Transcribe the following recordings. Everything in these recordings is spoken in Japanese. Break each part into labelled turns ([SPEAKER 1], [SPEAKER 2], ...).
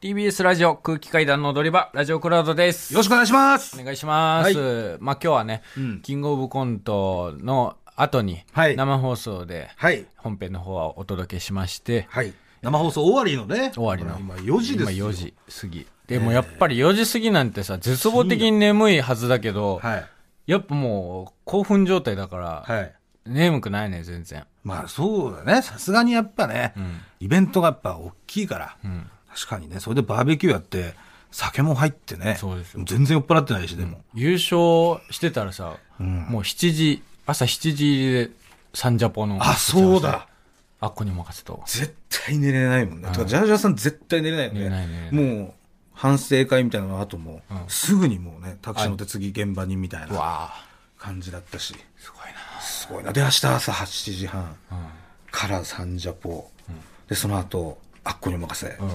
[SPEAKER 1] TBS ラジオ空気階段の踊り場、ラジオクラウドです。
[SPEAKER 2] よろしくお願いします
[SPEAKER 1] お願いします。まあ今日はね、
[SPEAKER 2] うん
[SPEAKER 1] キングオブコントの後に、
[SPEAKER 2] はい
[SPEAKER 1] 生放送で
[SPEAKER 2] はい。
[SPEAKER 1] 本編の方はお届けしまして、
[SPEAKER 2] はい。生放送終わりのね。
[SPEAKER 1] 終わりの。
[SPEAKER 2] 今4時で
[SPEAKER 1] 今
[SPEAKER 2] すよ。
[SPEAKER 1] 4時過ぎ。でもやっぱり4時過ぎなんてさ、絶望的に眠いはずだけど、
[SPEAKER 2] はい。
[SPEAKER 1] やっぱもう興奮状態だから、
[SPEAKER 2] はい。
[SPEAKER 1] 眠くないね、全然。
[SPEAKER 2] まあそうだね。さすがにやっぱね、イベントがやっぱ大きいから、確かにね、それでバーベキューやって、酒も入ってね。
[SPEAKER 1] そうですよ
[SPEAKER 2] 全然酔っ払ってないし、でも。
[SPEAKER 1] 優勝してたらさ、もう7時、朝7時入りでサンジャポの。
[SPEAKER 2] あ、そうだ。。
[SPEAKER 1] あっこに任せと。
[SPEAKER 2] 絶対寝れないもんね。てかジャージャーさん絶対寝れないよね。
[SPEAKER 1] 寝れない寝れ
[SPEAKER 2] もう、反省会みたいなの後も、すぐにもうね、タクシー乗って次現場にみたいな
[SPEAKER 1] わあ
[SPEAKER 2] 感じだったし。
[SPEAKER 1] すごいな。
[SPEAKER 2] すごいな。で、明日朝8時半からサンジャポ、で、その後、あっこにお任せ、
[SPEAKER 1] うん。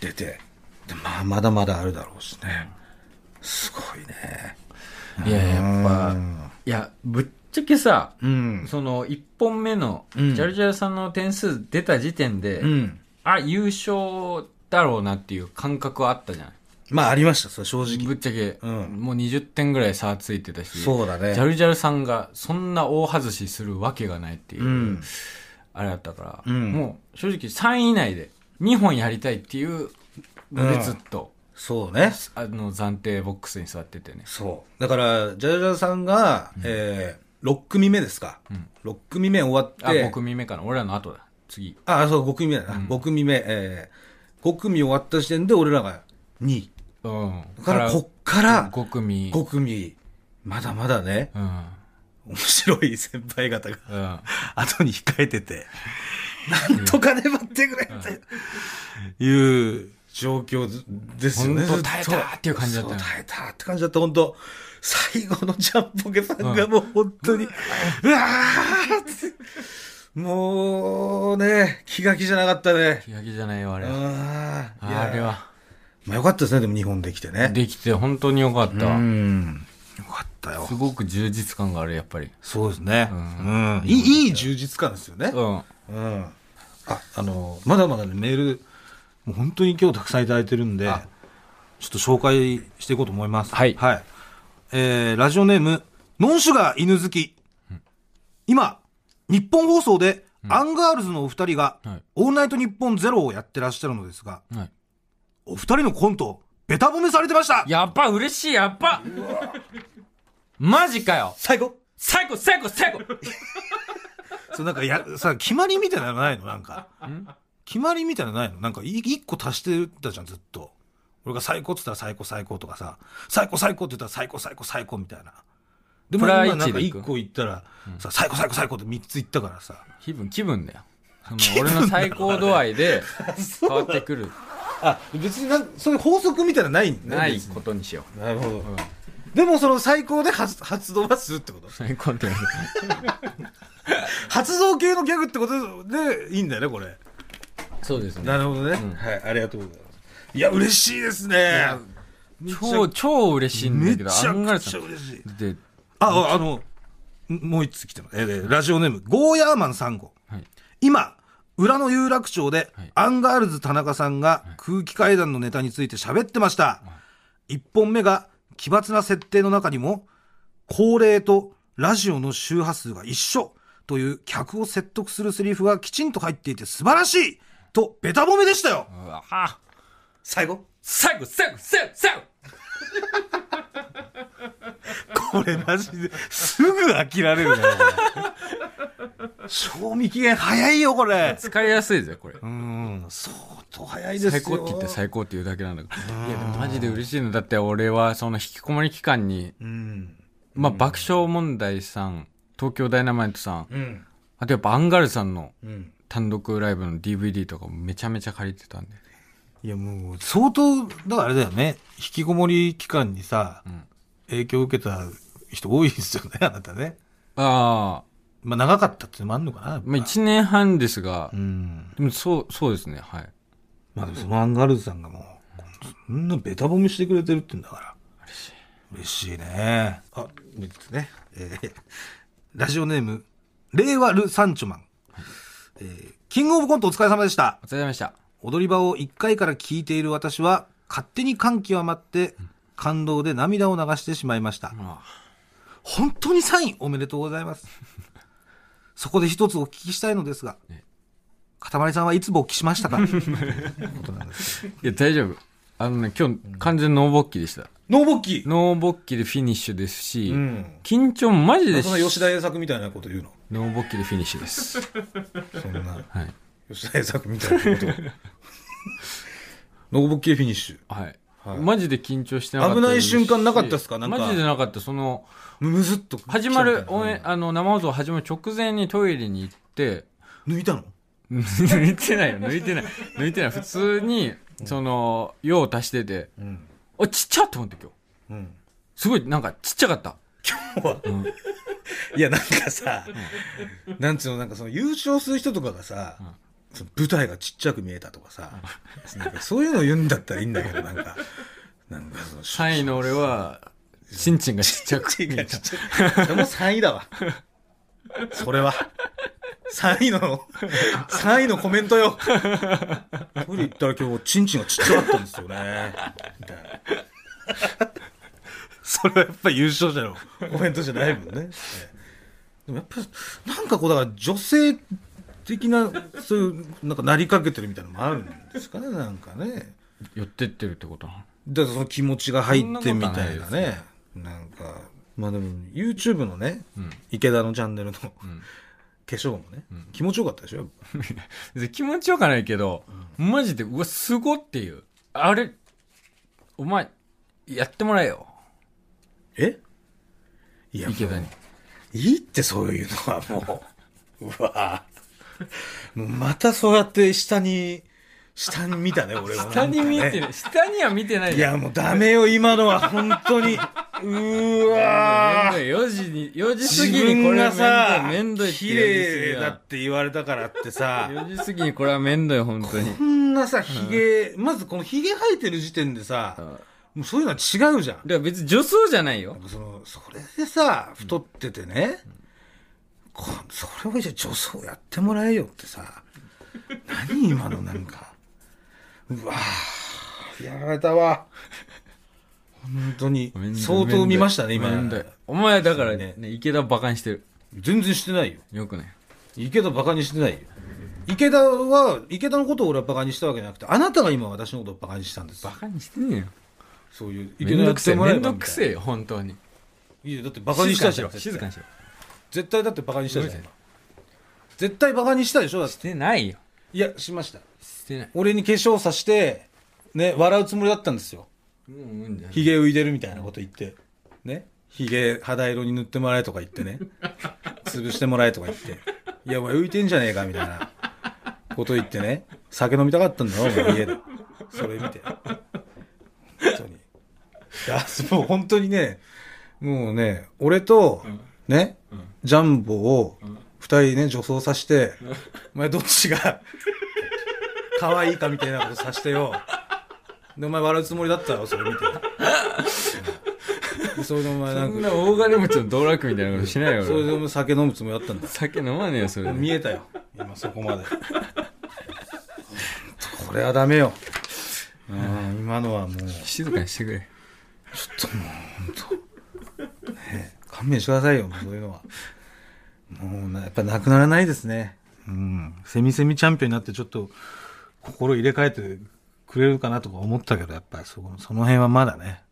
[SPEAKER 2] 出て、で、まあ、まだまだあるだろうしね。すごいね。
[SPEAKER 1] いや、やっぱ、いや、ぶっちゃけさ、
[SPEAKER 2] うん。
[SPEAKER 1] その、1本目の、ジ
[SPEAKER 2] ん
[SPEAKER 1] ャルジャルさんの点数出た時点で、
[SPEAKER 2] うん。
[SPEAKER 1] あ、優勝だろうなっていう感覚はあったじゃない。
[SPEAKER 2] まあ、ありました、それ正直。
[SPEAKER 1] ぶっちゃけ、
[SPEAKER 2] うん
[SPEAKER 1] もう20点ぐらい差ついてたし、
[SPEAKER 2] そうだね
[SPEAKER 1] ジャルジャルさんがそんな大外しするわけがないっていう、
[SPEAKER 2] うん。
[SPEAKER 1] あれだったから、
[SPEAKER 2] うん
[SPEAKER 1] もう正直3位以内で2本やりたいっていうので
[SPEAKER 2] うん
[SPEAKER 1] ずっと、
[SPEAKER 2] そうね。
[SPEAKER 1] あの暫定ボックスに座っててね。
[SPEAKER 2] そう。だから、ジャジャジャさんが、えー、6組目ですか。6組目終わって、
[SPEAKER 1] あ、5組目かな。俺らの後だ。次。
[SPEAKER 2] あ、そう、5組目だな。5組目、えー、5組終わった時点で俺らが2位。
[SPEAKER 1] うん。
[SPEAKER 2] だから、こっから、
[SPEAKER 1] 5組。
[SPEAKER 2] 5組、まだまだね、
[SPEAKER 1] うん。
[SPEAKER 2] 面白い先輩方が
[SPEAKER 1] うん。
[SPEAKER 2] 後に控えてて、なんとか粘ってくれっていう状況ですよね。
[SPEAKER 1] ほんと耐えたっていう感じだったよ
[SPEAKER 2] そう
[SPEAKER 1] ね
[SPEAKER 2] 耐えたって感じだった。本当最後のジャンポケさんがもう本当に、うわーって、もうね、気が気じゃなかったね。
[SPEAKER 1] 日焼けじゃないよ、あれは。
[SPEAKER 2] あーいや
[SPEAKER 1] あれは。
[SPEAKER 2] まあよかったですね、でも日本できてね。
[SPEAKER 1] できて本当によかっ
[SPEAKER 2] う
[SPEAKER 1] た。
[SPEAKER 2] ん。よかったよ
[SPEAKER 1] す。ごく充実感がある、やっぱり。
[SPEAKER 2] そうですね。
[SPEAKER 1] ん
[SPEAKER 2] うん。いいいい充実感ですよね。
[SPEAKER 1] うん。
[SPEAKER 2] うん。あ、あの、まだまだね、メール、もう本当に今日たくさんいただいてるんで、
[SPEAKER 1] あ
[SPEAKER 2] ちょっと紹介していこうと思います。
[SPEAKER 1] はい
[SPEAKER 2] はい。えー、ラジオネーム、ノンシュガー犬好き。今、日本放送で、アンガールズのお二人が、
[SPEAKER 1] はい
[SPEAKER 2] オールナイトニッポンゼロをやってらっしゃるのですが、
[SPEAKER 1] はい。
[SPEAKER 2] お二人のコント、ベタ褒めされてました
[SPEAKER 1] やっぱ嬉しい、やっぱマジかよ
[SPEAKER 2] 最高
[SPEAKER 1] 最高、最高、最高
[SPEAKER 2] そう、なんかや、さ、決まりみたいなのないのなんか。決まりみたいなのないのなんか、い一個足してたじゃん、ずっと。俺が最高って言ったら最高最高とかさ、最高最高って言ったら最高最高最高みたいな。でも
[SPEAKER 1] プライ
[SPEAKER 2] 今なん
[SPEAKER 1] チ
[SPEAKER 2] か
[SPEAKER 1] でいく
[SPEAKER 2] 一個言ったら、さ、最高最高最高って三つ言ったからさ。
[SPEAKER 1] 気分、気分だ よ。その俺の最高度合いで変わってくる。
[SPEAKER 2] あ、別になん、そういう法則みたいなのないんだね
[SPEAKER 1] ない
[SPEAKER 2] 別に
[SPEAKER 1] ことにしよ う。
[SPEAKER 2] なるほど。でもその最高で発発動はするってこと
[SPEAKER 1] 最高って。
[SPEAKER 2] 発動系のギャグってことでいいんだよね、これ。
[SPEAKER 1] そうですね。
[SPEAKER 2] なるほどね。はい、ありがとうございます。いや、嬉しいですね。
[SPEAKER 1] 超、超嬉しいん
[SPEAKER 2] め
[SPEAKER 1] だ
[SPEAKER 2] ち
[SPEAKER 1] け
[SPEAKER 2] ゃ
[SPEAKER 1] ど、アンガール
[SPEAKER 2] く
[SPEAKER 1] ズ
[SPEAKER 2] ち
[SPEAKER 1] さ
[SPEAKER 2] ゃ
[SPEAKER 1] ん。
[SPEAKER 2] 嬉しい。
[SPEAKER 1] で、
[SPEAKER 2] あ、ああの、もう一つ来てます。えーラジオネーム、ゴーヤーマン3号。
[SPEAKER 1] はい。
[SPEAKER 2] 今、裏の有楽町で、
[SPEAKER 1] はい
[SPEAKER 2] アンガールズ田中さんが空気階段のネタについて喋ってました。一本目が、奇抜な設定の中にも、恒例とラジオの周波数が一緒という客を説得するセリフがきちんと入っていて素晴らしいと、ベタ褒めでしたよ
[SPEAKER 1] うわあ
[SPEAKER 2] 最後
[SPEAKER 1] 最後、最後、最後、最後
[SPEAKER 2] これマジで、すぐ飽きられるね。賞味期限早いよ、これ。
[SPEAKER 1] 使いやすいぜ、これ。
[SPEAKER 2] うん、相当早いです
[SPEAKER 1] 最
[SPEAKER 2] よ。
[SPEAKER 1] 高って言って最高って言うだけなんだから。いや、でもマジで嬉しいの。だって俺は、その引きこもり期間に、
[SPEAKER 2] うん。
[SPEAKER 1] まあ、爆笑問題さん、東京ダイナマイトさん、
[SPEAKER 2] うん。
[SPEAKER 1] あとやっぱアンガールズさんの
[SPEAKER 2] うん。
[SPEAKER 1] 単独ライブの DVD とかもめちゃめちゃ借りてたんで。
[SPEAKER 2] いや、もう、相当、だからあれだよね。引きこもり期間にさ、影響を受けた人多いですよね、あなたね。
[SPEAKER 1] ああ、
[SPEAKER 2] まあ、長かったってのもあんのかな。やっぱ
[SPEAKER 1] まあ、1年半ですが
[SPEAKER 2] う、ん。
[SPEAKER 1] でもそう、そうですね、はい。
[SPEAKER 2] まあ、でもそのアンガールズさんがもう、そんなベタ褒めしてくれてるって言うんだから。嬉しい。嬉しいね。あ、3つね。えーラジオネーム、令和ル・サンチョマン。えーキングオブコントお疲れ様でした。
[SPEAKER 1] お疲れ様でした。
[SPEAKER 3] 踊り場を1回から聞いている私は勝手に感極まって感動で涙を流してしまいました
[SPEAKER 1] あ
[SPEAKER 3] 本当にサインおめでとうございますそこで一つお聞きしたいのですが
[SPEAKER 1] ね
[SPEAKER 3] かたまりさんはいつ勃起しましたか
[SPEAKER 1] いや、大丈夫。あのね、今日、完全 ノー勃起でした。
[SPEAKER 2] ノーボッキー
[SPEAKER 1] ノー勃起でフィニッシュですし、
[SPEAKER 2] ん
[SPEAKER 1] 緊張マジでし
[SPEAKER 2] そんな吉田栄作みたいなこと言うの
[SPEAKER 1] ノー勃起でフィニッシュです。
[SPEAKER 2] そんな
[SPEAKER 1] はい。
[SPEAKER 2] 吉田栄作みたいなことノーボッキーフィニッシュ
[SPEAKER 1] はい。
[SPEAKER 2] はい
[SPEAKER 1] マジで緊張してなかった
[SPEAKER 2] 危ない瞬間なかったっすかなんか
[SPEAKER 1] マジでなかった。その、
[SPEAKER 2] むむずっと来たみた
[SPEAKER 1] 始
[SPEAKER 2] いな
[SPEAKER 1] まる、応援、あの、生放送始まる直前にトイレに行って、
[SPEAKER 2] 抜いたの
[SPEAKER 1] 抜いてないよ、抜いてない。抜いてない。普通に、その、用を足してて、
[SPEAKER 2] うん
[SPEAKER 1] あ、ちっちゃと思って今日。
[SPEAKER 2] うん
[SPEAKER 1] すごい、なんかちっちゃかった。
[SPEAKER 2] いやなんかさ、なんつうのなんかその優勝する人とかがさ、その舞台がちっちゃく見えたとかさ、なんかそういうの言うんだったらいいんだけどなんかなんかその
[SPEAKER 1] 3位の俺は、チンチンがちっちゃく
[SPEAKER 2] ち
[SPEAKER 1] 見
[SPEAKER 2] が
[SPEAKER 1] え
[SPEAKER 2] ち
[SPEAKER 1] た
[SPEAKER 2] っ。ちゃい。それも3位だわ。それは。3位の、3位のコメントよ。トイレ行ったら今日、チンチンがちっちゃかったんですよね。みたいな。それはやっぱ優勝者のコメントじゃないもんね。でもやっぱ、なんかこう、だから女性的な、そういう、なんかなりかけてるみたいなのもあるんですかね、なんかね。
[SPEAKER 1] 寄ってってるってことなの
[SPEAKER 2] だからその気持ちが入ってみた
[SPEAKER 1] そ
[SPEAKER 2] い
[SPEAKER 1] んな
[SPEAKER 2] な
[SPEAKER 1] ことない
[SPEAKER 2] ね。なんか、まあでも YouTube のね、池田のチャンネルの、化粧もね、気持ちよかったでしょやっぱ
[SPEAKER 1] で気持ちよくはないけど、マジで、うわ、すごっていう。あれ、お前、やってもらえよ。
[SPEAKER 2] えいや、
[SPEAKER 1] 池田に
[SPEAKER 2] も。ういいってそういうのはもう。 うわぁもうまたそうやって下に、下に見 たね、俺は、
[SPEAKER 1] 下に見て
[SPEAKER 2] る。
[SPEAKER 1] る。下には見てない
[SPEAKER 2] いや、もうダメよ、今のは、本当に。うーわぁ
[SPEAKER 1] 4時に、4時過
[SPEAKER 2] 自
[SPEAKER 1] ぎにこ
[SPEAKER 2] 分
[SPEAKER 1] れは
[SPEAKER 2] が
[SPEAKER 1] めんど
[SPEAKER 2] さ
[SPEAKER 1] い、めんどいって
[SPEAKER 2] 綺麗だって言われたからってさ、
[SPEAKER 1] 4時過ぎにこれはめんどい、本当に。
[SPEAKER 2] こんなさ、ひげ、まずこのひげ生えてる時点でさ、もうそういうのは違うじゃん。
[SPEAKER 1] では別に女装じゃないよ。
[SPEAKER 2] その、それでさ、太っててね、こそれをじゃあ女装やってもらえよってさ、何今のなんか、うわぁ、やられたわ。本当に
[SPEAKER 1] めんど、い
[SPEAKER 2] 相当見ましたね、
[SPEAKER 1] めん
[SPEAKER 2] 今
[SPEAKER 1] どい。めんどいお前だからね
[SPEAKER 2] ね、
[SPEAKER 1] 池田バカにしてる。
[SPEAKER 2] 全然してないよ。
[SPEAKER 1] よくね。
[SPEAKER 2] 池田バカにしてないよ。池田は、池田のことを俺はバカにしたわけじゃなくて、あなたが今私のことをバカにしたんです
[SPEAKER 1] バ。カにしてんねよ。
[SPEAKER 2] そういう、
[SPEAKER 1] めんどくせえ、めん
[SPEAKER 2] みたい
[SPEAKER 1] ど
[SPEAKER 2] な
[SPEAKER 1] くせえよ、本当に。
[SPEAKER 2] いや、だってバカにしたじゃん。
[SPEAKER 1] 静かにしろ。静かにし
[SPEAKER 2] 絶
[SPEAKER 1] ろ。
[SPEAKER 2] 対絶対だってバカにしたじゃ
[SPEAKER 1] ごめ
[SPEAKER 2] ん
[SPEAKER 1] んな。
[SPEAKER 2] 絶対バカにしたでしょだって
[SPEAKER 1] してないよ。
[SPEAKER 2] いや、しました。
[SPEAKER 1] してない。
[SPEAKER 2] 俺に化粧さして、ね、笑うつもりだったんですよ。
[SPEAKER 1] うんうんじゃない
[SPEAKER 2] 髭を入れるみたいなこと言って。ね。髭、肌色に塗ってもらえとか言ってね。潰してもらえとか言って。いや、お前浮いてんじゃねえか、みたいなこと言ってね。酒飲みたかったんだろ、お前家で。それ見て。本当に。いや、もう本当にね、もうね、俺と、ね、ジャンボを二人ね、女装させて、お前どっ ちが可愛いかみたいなことさせてよ。で、お前笑うつもりだったろ、それ 見て。でそれでお前な
[SPEAKER 1] そ
[SPEAKER 2] ん
[SPEAKER 1] ん
[SPEAKER 2] か、
[SPEAKER 1] な大金持ちの道楽みたいなことしないよ
[SPEAKER 2] それで
[SPEAKER 1] 俺。
[SPEAKER 2] お前酒飲むつもりだったんだ。
[SPEAKER 1] 酒飲まねえよ、それ。
[SPEAKER 2] 見えたよ。今そこ まで。これはダメよ。うん、今のはもう、ちょっ
[SPEAKER 1] 静かにしてくれ。
[SPEAKER 2] ともう、本当、ね、勘弁してくださいよ、もうそういうのは。もうな、やっぱなくならないですね。
[SPEAKER 3] うんセミセミチャンピオンになってちょっと心入れ替えてくれるかなとか思ったけどやっぱりそこその辺はまだね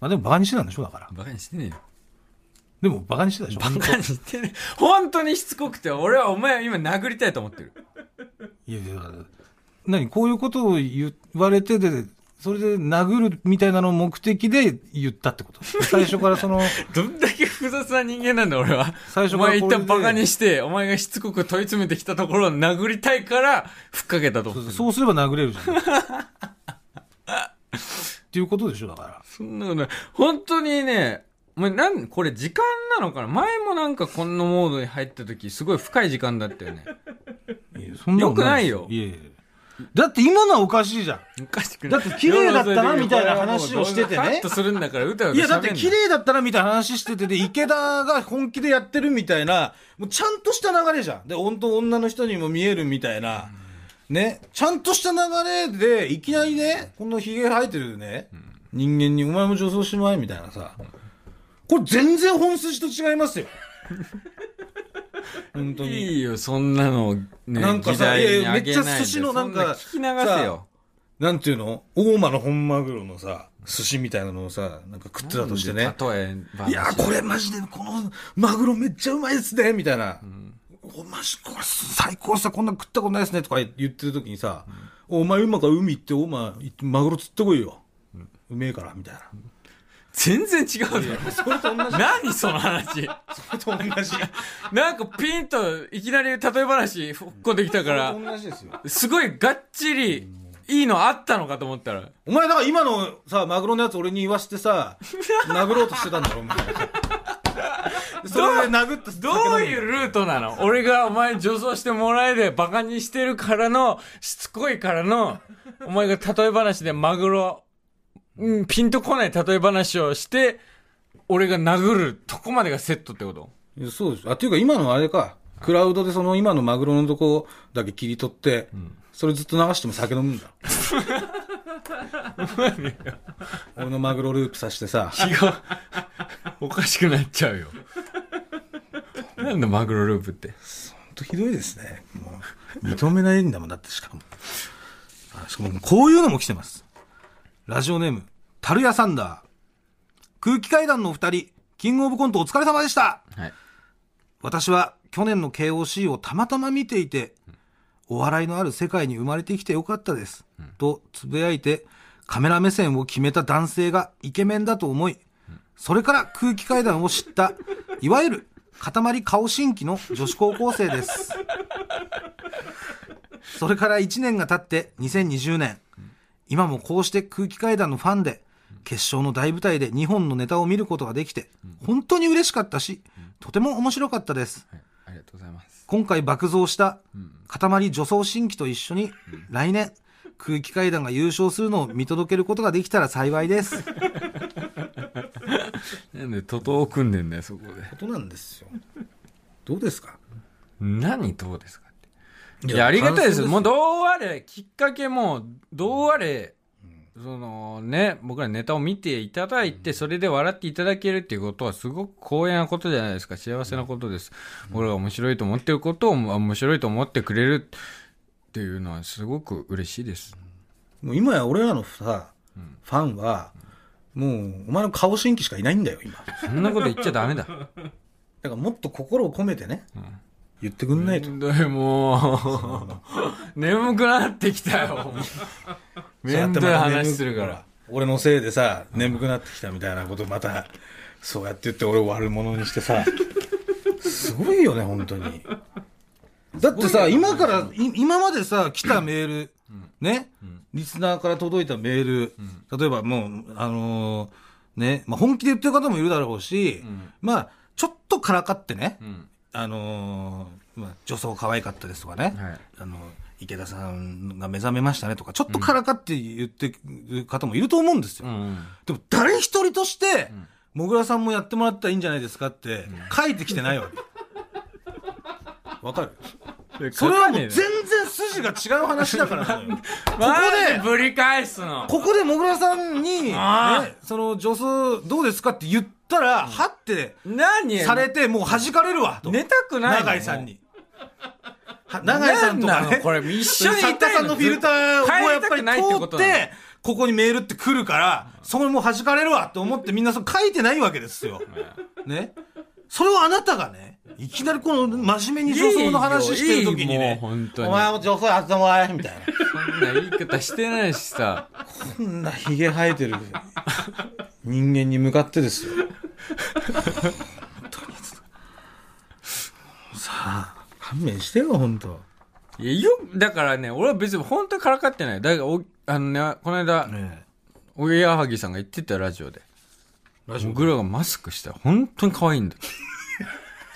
[SPEAKER 3] まあでもバカにしてたんでしょだから
[SPEAKER 1] バカにしてねえよ。
[SPEAKER 3] でもバカにしてたでしょ
[SPEAKER 1] バカにしてねえ。本当にしつこくて、俺はお前を今殴りたいと思ってる。
[SPEAKER 3] いやいや、何こういうことを言われてで、それで殴るみたいなのを目的で言ったってこと。最初からその、
[SPEAKER 1] どんだけ複雑な人間なんだ俺は。
[SPEAKER 3] 最初
[SPEAKER 1] お
[SPEAKER 3] から
[SPEAKER 1] 前一
[SPEAKER 3] これ
[SPEAKER 1] 旦
[SPEAKER 3] で
[SPEAKER 1] バカにして、お前がしつこく問い詰めてきたところを殴りたいから、ふっかけたと思ってる。
[SPEAKER 3] そうすれば殴れるじゃん。っていうことでしょ、だから。
[SPEAKER 1] そんなことない。本当にね、お前なん、これ時間なのかな前もなんかこんなモードに入った時、すごい深い時間だったよね。
[SPEAKER 3] いやそんなこと
[SPEAKER 1] よくないよ
[SPEAKER 3] いやいや
[SPEAKER 2] だって今のはおかしいじゃん。
[SPEAKER 1] 昔く
[SPEAKER 2] だって綺麗だったなみたいな話をしててね
[SPEAKER 1] カットするんだから歌う
[SPEAKER 2] いや、だって綺麗だったなみたいな話しててで、池田が本気でやってるみたいな、もうちゃんとした流れじゃん。で、本当女の人にも見えるみたいな、ね、ちゃんとした流れで、いきなりね、このヒゲ生えてるね、人間にお前も女装しまいみたいなさ、これ全然本筋と違いますよ。本当に。
[SPEAKER 1] いいよ、そんなの、ね、
[SPEAKER 2] なんかさ
[SPEAKER 1] 議題にあげないで
[SPEAKER 2] いやいやめっちゃ寿司のなんか
[SPEAKER 1] そんな聞き流せよ。
[SPEAKER 2] なんていうの大間の本マグロのさ、
[SPEAKER 4] 寿司みたいなのをさ、なんか食ってたとしてね。
[SPEAKER 1] 例え話。
[SPEAKER 2] いやー、これマジで、このマグロめっちゃうまいっすね、みたいな。おマジ、これ最高っすねこんな食ったことないっすね、とか
[SPEAKER 4] 言ってる時にさ、お前今から海行って、お前行ってマグロ釣ってこいよ。うめえから、みたいな。
[SPEAKER 1] 全然違うよ。 何その話。
[SPEAKER 4] それと同じ。
[SPEAKER 1] なんかピンと、いきなり例え話、ふっこんできたから、
[SPEAKER 4] 同じですよ。
[SPEAKER 1] すごいがっちり、いいのあったのかと思ったら。
[SPEAKER 4] お前だから今のさ、マグロのやつ俺に言わしてさ、殴ろうとしてたんだろ、お前。それで殴って、
[SPEAKER 1] どういうルートなの 俺がお前女装してもらえでバカにしてるからの、しつこいからの、お前が例え話でマグロ、うん、ピンとこない例え話をして、俺が殴るとこまでがセットってこと
[SPEAKER 4] いやそうです。あ、っていうか今のあれか、クラウドでその今のマグロのとこだけ切り取って、それずっと流しても酒飲むんだ。俺のマグロループさしてさ、
[SPEAKER 1] 気が、おかしくなっち ゃうよ。なんだマグロループって。
[SPEAKER 4] ほんとひどいですね。もう、認めないんだもん、だってしかも。
[SPEAKER 2] あしかも、こういうのも来てます。ラジオネーム、タルヤサンダー。空気階段のお二人、キングオブコントお疲れ様でした
[SPEAKER 1] はい。
[SPEAKER 2] 私は去年の KOC をたまたま見ていて、お笑いのある世界に生まれてきてよかったです、とつぶやいて、カメラ目線を決めた男性がイケメンだと思い、それから空気階段を知った、いわゆる塊顔新規の女子高校生です。それから1年が経って2020年、今もこうして空気階段のファンで、決勝の大舞台で2本のネタを見ることができて、本当に嬉しかったし、とても面白かったです。
[SPEAKER 1] はい。ありがとうございます。
[SPEAKER 2] 今回爆増した塊女装新規と一緒に来年空気階段が優勝するのを見届けることができたら幸いです。
[SPEAKER 1] なんで、徒党を組んでんだよ、そこで。
[SPEAKER 4] ことなんですよ。どうですか
[SPEAKER 1] 何どうですかって。い
[SPEAKER 4] や
[SPEAKER 1] や、ありがたいです
[SPEAKER 4] 感想です
[SPEAKER 1] よ。
[SPEAKER 4] よ
[SPEAKER 1] もうどうあれ、きっかけも、どうあれ、そのね、僕らネタを見ていただいて、それで笑っていただけるっていうことはすごく光栄なことじゃないですか。幸せなことです。俺が面白いと思ってることを面白いと思ってくれるっていうのはすごく嬉しいです。
[SPEAKER 4] もう今や俺らのさ、ファンは、もう、お前の顔新規しかいないんだよ、今。だか
[SPEAKER 1] そんなこと言っちゃダメ だ。
[SPEAKER 4] らもっと心を込めてね、言ってくんないと。
[SPEAKER 1] だいもう、 眠くなってきたよ。めんどい話するから。。
[SPEAKER 4] 俺のせいでさ、眠くなってきたみたいなことまた、そうやって言って俺を悪者にして さ、すごいよね、本当に。
[SPEAKER 2] だってさ、今から、い今までさ、来たメール、ね、リスナーから届いたメール、例えばもう、あのーね、まあ、本気で言ってる方もいるだろうし、まあ、ちょっとからかってね、
[SPEAKER 1] ん
[SPEAKER 2] あのーまあ、女装可愛かったですとかね、
[SPEAKER 1] はい
[SPEAKER 2] あの、池田さんが目覚めましたねとか、ちょっとからかって言ってる方もいると思うんですよ。
[SPEAKER 1] うん。
[SPEAKER 2] でも誰一人として、もぐらさんもやってもらったらいいんじゃないですかって書いてきてないわけ。
[SPEAKER 4] わかる
[SPEAKER 2] それはもう全然筋が違う話だからなのよ
[SPEAKER 1] ここでぶり返すの
[SPEAKER 2] ここでもぐらさんに、ね
[SPEAKER 1] ああ、
[SPEAKER 2] その女装どうですかって言ったら、はって
[SPEAKER 1] 何
[SPEAKER 2] されて、もう弾かれるわ、と。
[SPEAKER 1] 寝たくないの
[SPEAKER 2] 永井さんに。 は永井さんと
[SPEAKER 1] な
[SPEAKER 2] か
[SPEAKER 1] な
[SPEAKER 2] ね。
[SPEAKER 1] これ一緒にいたいの
[SPEAKER 2] 作家さんのフィルターをやっぱ
[SPEAKER 1] 帰りたく
[SPEAKER 2] り
[SPEAKER 1] ないって
[SPEAKER 2] 通
[SPEAKER 1] こと
[SPEAKER 2] っ
[SPEAKER 1] なの
[SPEAKER 2] て、ここにメールって来るから、そこにもう弾かれるわと思ってみんなそう書いてないわけですよ。ね。それをあなたがね、いきなりこの真面目に女装の話してる時に
[SPEAKER 1] いいよいいよもう
[SPEAKER 2] ね、
[SPEAKER 1] 本当に
[SPEAKER 2] お前も女装やってもらえ、みたいな。
[SPEAKER 1] そんな言い方してないしさ
[SPEAKER 4] こんなヒゲ生えてる人間に向かってですよ。本当にさあ、勘弁してよ、本当
[SPEAKER 1] いやよだからね俺は別に本当にからかってないだからおあのねこの間
[SPEAKER 2] ね
[SPEAKER 1] おぎやはぎさんが言ってたラジオでラジオグロがマスクしたら本当に可愛いんだ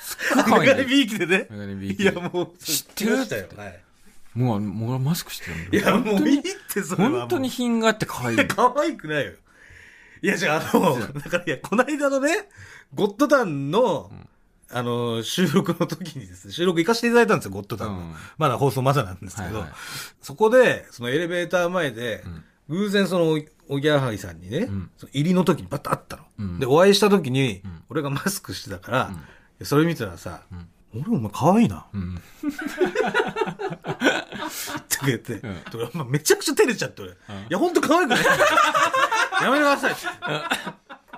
[SPEAKER 1] すっごい可愛いんだ
[SPEAKER 2] びいきでね。
[SPEAKER 1] メガネビー
[SPEAKER 2] い
[SPEAKER 1] キ
[SPEAKER 2] やもう、
[SPEAKER 1] 知ってる
[SPEAKER 4] 聞きましたよはい
[SPEAKER 1] もう、もうマスクしてるん
[SPEAKER 2] い
[SPEAKER 1] だよ。
[SPEAKER 2] や、もういいって、それはもう。
[SPEAKER 1] 本当に品があって可愛い
[SPEAKER 2] い。や、可愛くないよ。いや、じゃあ、あの、だから、いや、この間のね、ゴッドタンの、あの、収録の時にですね、収録行かせていただいたんですよ、ゴッドタンの。
[SPEAKER 1] うん
[SPEAKER 2] まだ放送まだなんですけど、
[SPEAKER 1] はいはい
[SPEAKER 2] そこで、そのエレベーター前で、
[SPEAKER 1] ん
[SPEAKER 2] 偶然その、おぎやはぎさんにね、
[SPEAKER 1] ん
[SPEAKER 2] その入りの時にバッと会ったの。
[SPEAKER 1] うん
[SPEAKER 2] で、お会いした時に、
[SPEAKER 1] ん
[SPEAKER 2] 俺がマスクしてたから、
[SPEAKER 1] ん
[SPEAKER 2] いやそれ見てたらさ、
[SPEAKER 1] ん
[SPEAKER 2] 俺お前可愛いな。
[SPEAKER 1] うん。
[SPEAKER 2] って言って、
[SPEAKER 1] ん
[SPEAKER 2] で俺まあめちゃくちゃ照れちゃって俺、いや本当可 愛くないやめなさいい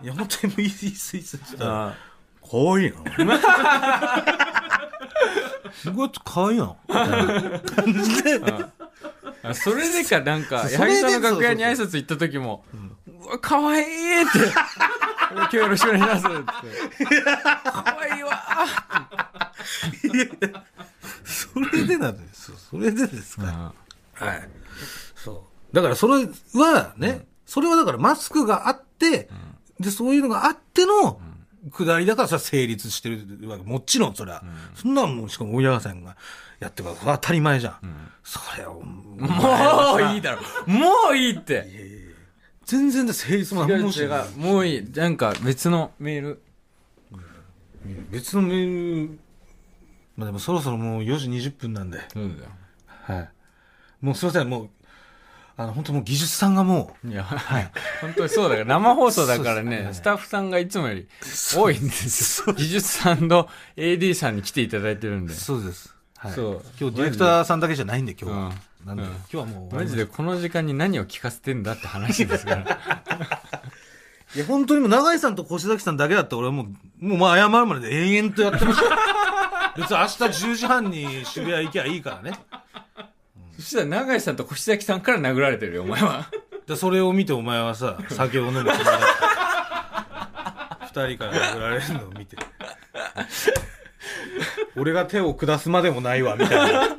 [SPEAKER 2] や本当にもういいっすいいっすいいっすって言ったら
[SPEAKER 1] あ
[SPEAKER 2] 可愛い なすごい可愛いなみたいな感じで
[SPEAKER 1] あそれでか、なんか、
[SPEAKER 2] そ
[SPEAKER 1] 矢
[SPEAKER 2] う それ
[SPEAKER 1] 作
[SPEAKER 2] で
[SPEAKER 1] さんの楽屋に挨拶行った時 も、うわ、かわいいって、 今日よろしくお願いしますって。かわいいわ
[SPEAKER 2] それでなんですよそれでですか、
[SPEAKER 1] ー
[SPEAKER 2] はい。そう。だからそれはね、それはだからマスクがあって、で、そういうのがあっての、下りだからさ、成立してるわけ。もちろん、それは。そんなのもん、しかも、親さんがやってるから、それは当たり前じゃん。それを、も
[SPEAKER 1] もういいだろ。もういいって。
[SPEAKER 2] 全然だ、成立も
[SPEAKER 1] 違
[SPEAKER 2] 何
[SPEAKER 1] う
[SPEAKER 2] もし
[SPEAKER 1] 違。
[SPEAKER 2] ないう
[SPEAKER 1] もういい。なんか別のメール。
[SPEAKER 2] 別のメール、まあでもそろそろもう4時20分なんで、
[SPEAKER 1] そうだよ。
[SPEAKER 2] はい。もうすいません、もう、あの、本当もう技術さんがも
[SPEAKER 1] いや、はい。本当にそうだから、生放送だから
[SPEAKER 2] そうそう
[SPEAKER 1] ね、
[SPEAKER 2] はい
[SPEAKER 1] スタッフさんがいつもより多いんですよ。技術さんと AD さんに来ていただいてるんで
[SPEAKER 2] う、。そうです。はい。
[SPEAKER 1] そう
[SPEAKER 2] 今日ディレクターさんだけじゃないんで、今日は。
[SPEAKER 1] うん
[SPEAKER 2] なんで、
[SPEAKER 1] うん
[SPEAKER 2] 今日はもう。
[SPEAKER 1] マジでこの時間に何を聞かせてんだって話ですから。
[SPEAKER 2] いや、本当にもう永井さんと越崎さんだけだったら俺はもう、もうまあ謝るまで延々とやってました。別に明日10時半に渋谷行きゃいいからね。
[SPEAKER 1] そしたら、永井さんと越崎さんから殴られてるよ、お前は。
[SPEAKER 2] で、それを見てお前は さ、酒を飲む暇があった。二人から殴られるのを 見て。俺が手を下すまでもないわ、みたいな。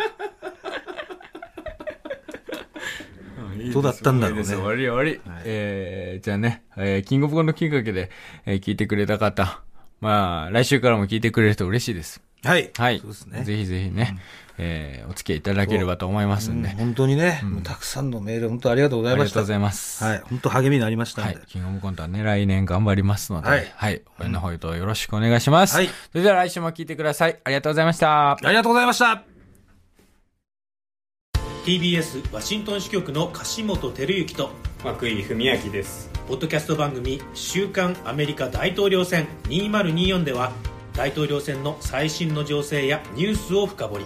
[SPEAKER 2] どうだったんだろうね
[SPEAKER 1] いいです終わり終わり。えー、じゃあね、えーキングオブコントきっかけで、えー聞いてくれた方、まあ、来週からも聞いてくれると嬉しいです。
[SPEAKER 2] はい。
[SPEAKER 1] はい。
[SPEAKER 2] そうですね。
[SPEAKER 1] ぜひぜひね、えーお付き合いいただければと思いますんで。あ
[SPEAKER 2] 本当にね、もうたくさんのメール本当ありがとうござい
[SPEAKER 1] り
[SPEAKER 2] ま
[SPEAKER 1] が
[SPEAKER 2] し
[SPEAKER 1] と
[SPEAKER 2] た。
[SPEAKER 1] うございます。
[SPEAKER 2] はい。本当励みになりましたん
[SPEAKER 1] は
[SPEAKER 2] で。
[SPEAKER 1] い。キングオブコントはね、来年頑張りますので、
[SPEAKER 2] は
[SPEAKER 1] はいい。応援の方よろしくお願いします。
[SPEAKER 2] はい
[SPEAKER 1] それでは来週も聞いてください。ありがとうございました。
[SPEAKER 2] ありがとうございました
[SPEAKER 4] TBS ワシントン支局の樫本照之と
[SPEAKER 5] 涌井文明です
[SPEAKER 4] ポッドキャスト番組「週刊アメリカ大統領選2024」では大統領選の最新の情勢やニュースを深掘り